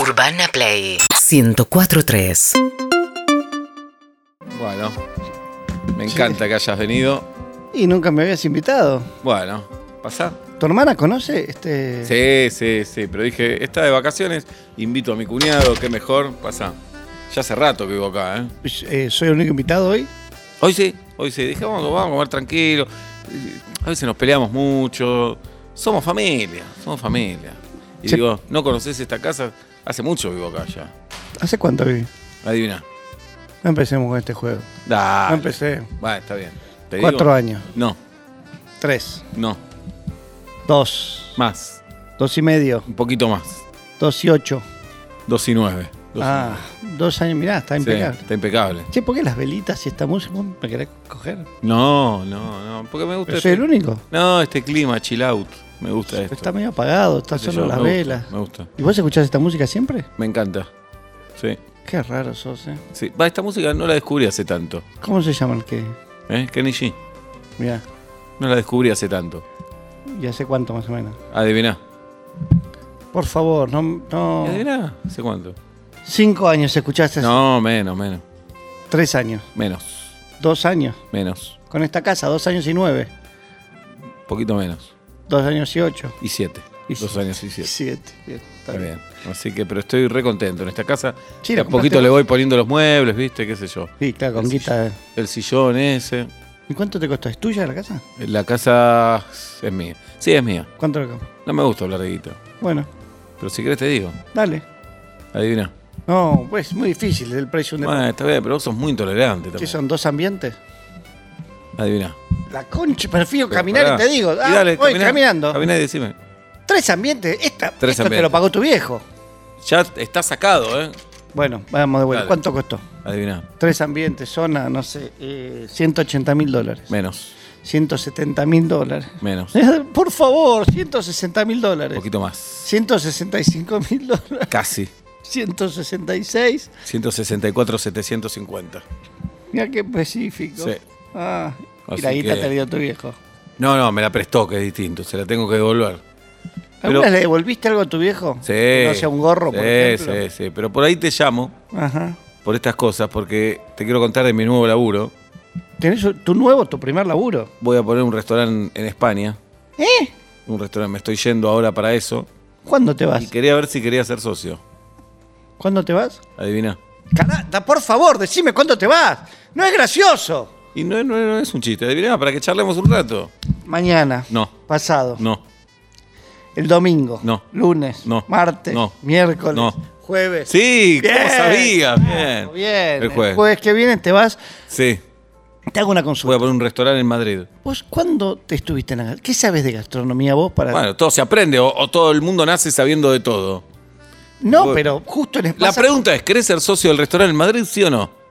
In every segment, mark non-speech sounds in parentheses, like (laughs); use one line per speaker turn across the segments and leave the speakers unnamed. Urbana Play 1043.
Bueno, me encanta que hayas venido.
Y nunca me habías invitado.
Bueno, pasá.
¿Tu hermana conoce este?
Sí, sí, sí, pero dije, está de vacaciones, invito a mi cuñado, qué mejor, pasá. Ya hace rato que vivo acá, ¿eh?
Eh, ¿Soy el único invitado hoy?
Hoy sí, hoy sí, dije, vamos, vamos a comer tranquilo. A veces nos peleamos mucho. Somos familia, somos familia. Y
Sí.
digo, ¿no conoces esta casa? Hace mucho vivo acá ya.
¿Hace cuánto viví?
Adivina.
No empecemos con este juego.
Dale.
No empecé.
Bueno, está bien. Ah, ¿Te
Cuatro
digo?
años.
No,
Tres.
no.
Dos.
Más.
Dos y medio.
Un poquito más.
Dos y ocho.
Dos y nueve. Dos y
ah, dos años. Mirá, está
Sí,
impecable.
está impecable.
Che, ¿por qué las velitas y esta música vos me querés coger?
No, no, no. Porque me gusta.
Pero soy el único.
No, este clima, chill out. Me gusta esto.
Está medio apagado, está
Qué sé
solo
yo,
las
me gusta,
velas.
me gusta.
¿Y vos escuchás esta música siempre?
Me encanta. Sí,
Qué raro sos, ¿eh?
sí. Va, esta música no la descubrí hace tanto.
¿Cómo se llama el que?
¿Eh? Kenny G.
Mirá.
No la descubrí hace tanto.
¿Y hace cuánto más o menos?
Adiviná.
Por favor, no. no.
¿Adiviná? ¿Hace cuánto?
Cinco años escuchaste.
No, menos, menos.
Tres años.
Menos,
Dos años.
menos.
Con esta casa, dos años y nueve.
Poquito menos.
Dos años y ocho.
Y siete.
Y
Dos
siete.
años y siete.
Siete. Bien,
Está
está bien.
bien. Así que, pero estoy re contento en esta casa.
Sí,
De
la
a poquito
compraste
le
vos.
voy poniendo los muebles, ¿viste? ¿Qué sé yo?
Sí, claro, con guita.
El sillón ese.
¿Y cuánto te costó? ¿Es tuya la casa?
La casa es mía. Sí, es mía.
¿Cuánto le costó?
No me gusta hablar de guita.
Bueno,
Pero si querés te digo.
dale.
Adivina.
No, pues muy difícil el precio de un
Bueno, está bien, pero vos sos muy intolerante
¿Qué
también.
son? ¿Dos ambientes?
Adivina.
La concha, prefiero caminar y te digo. Ah, voy caminando.
Caminá y decime.
Tres ambientes. Esta,
Tres
esto te
ambientes.
lo pagó tu viejo.
Ya está sacado, ¿eh?
Bueno, vamos de vuelta.
Dale.
¿Cuánto costó?
Adivina.
Tres ambientes, zona, no sé, 180 mil dólares.
Menos,
170 mil dólares.
menos.
(laughs) Por favor, 160 mil
Un
dólares.
poquito más.
165 mil dólares. (laughs)
Casi.
166.
164, 750.
Mira qué específico.
Sí.
Ah, y
Así
la guita
que-
te la dio tu viejo.
No, no, me la prestó, que es distinto. Se la tengo que devolver. Pero-
¿Alguna vez le devolviste algo a tu viejo?
Sí.
Que No sea un gorro,
sí,
por ejemplo.
Sí, sí. Pero por ahí te llamo,
Ajá.
por estas cosas, porque te quiero contar de mi nuevo laburo.
¿Tenés tu nuevo, tu primer laburo?
Voy a poner un restaurante en España.
¿Eh?
Un restaurante, me estoy yendo ahora para eso.
¿Cuándo te vas?
Y quería ver si quería ser socio.
¿Cuándo te vas?
Adivina.
Carata, por favor, decime cuándo te vas. No es gracioso.
Y no, no- no es un chiste, adiviná, para que charlemos un rato.
Mañana.
No.
Pasado.
No,
El domingo.
No.
Lunes.
No.
Martes.
No.
Miércoles.
No.
Jueves.
Sí, ¿cómo
Bien.
sabía? Bien.
Bien.
El jueves.
que viene te vas.
Sí,
Te hago una
voy
consulta.
a poner un restaurante en Madrid.
¿Vos cuándo te estuviste en la gas- ¿Qué sabes de gastronomía vos para.?
Bueno, todo se aprende o, o todo el mundo nace sabiendo de todo.
no,
bueno.
pero justo en
La
espacio.
pregunta es, ¿querés ser socio del restaurante en Madrid, sí o no?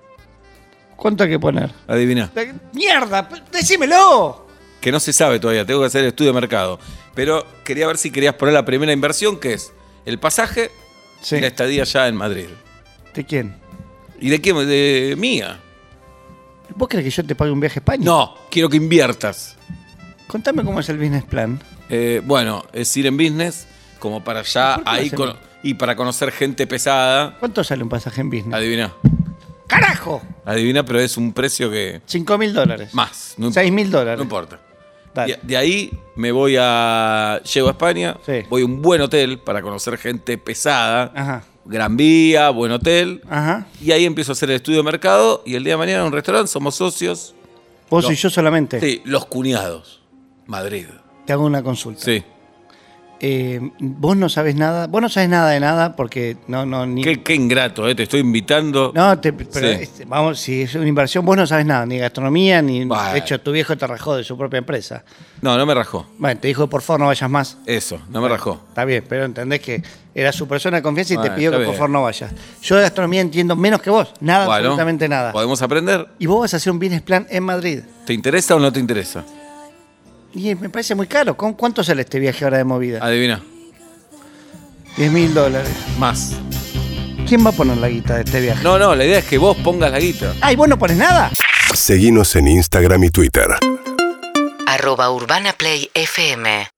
¿Cuánto hay que poner?
Adivina.
La- ¡Mierda! p- ¡Decímelo!
Que no se sabe todavía, tengo que hacer el estudio de mercado. Pero quería ver si querías poner la primera inversión, que es el pasaje
Sí.
y la estadía ya en Madrid.
¿De quién?
¿Y de quién? De mía.
¿Vos crees que yo te pague un viaje a España?
No, quiero que inviertas.
Contame cómo es el business plan.
Eh, bueno, es ir en business como para allá
¿Por qué lo
ahí
hacemos?
cono- y para conocer gente pesada.
¿Cuánto sale un pasaje en business?
Adivina,
¡Carajo!
adivina, pero es un precio que
5 mil dólares.
más. No imp-
6 mil dólares.
No importa.
Dale.
De, de ahí me voy a llego a España,
Sí. Ah.
voy a un buen hotel para conocer gente pesada,
Ajá.
Gran Vía, buen hotel,
Ajá.
y ahí empiezo a hacer el estudio de mercado y el día de mañana en un restaurante somos socios,
Vos
No.
y yo solamente.
sí, los cuñados, Madrid,
Te hago una consulta.
sí.
Eh, vos no sabés nada. Vos no sabés nada de nada porque no, no, ni.
Qué, qué ingrato, eh, te estoy invitando.
No, te- pero
Sí.
este, vamos, si es una inversión, vos no sabés nada, ni gastronomía, ni.
Bueno.
De hecho, tu viejo te rajó de su propia empresa.
no, no me rajó.
Bueno, te dijo, por favor, no vayas más.
Eso, no me rajó.
Está bien, pero entendés que era su persona de confianza y
Bueno,
te pidió que
está
por
bien.
favor no vayas. Yo de gastronomía entiendo menos que vos, nada,
Bueno,
absolutamente nada.
Podemos aprender.
Y vos vas a hacer un business plan en Madrid.
¿Te interesa o no te interesa?
Y eh, me parece muy caro. ¿Con ¿Cuánto sale este viaje ahora de movida?
Adivina.
10 mil dólares.
Más.
¿Quién va a poner la guita de este viaje?
No, no, la idea es que vos pongas la guita.
Ah, ¿y vos no pones nada?
Seguinos en Instagram y Twitter.
Arroba Urbana Play FM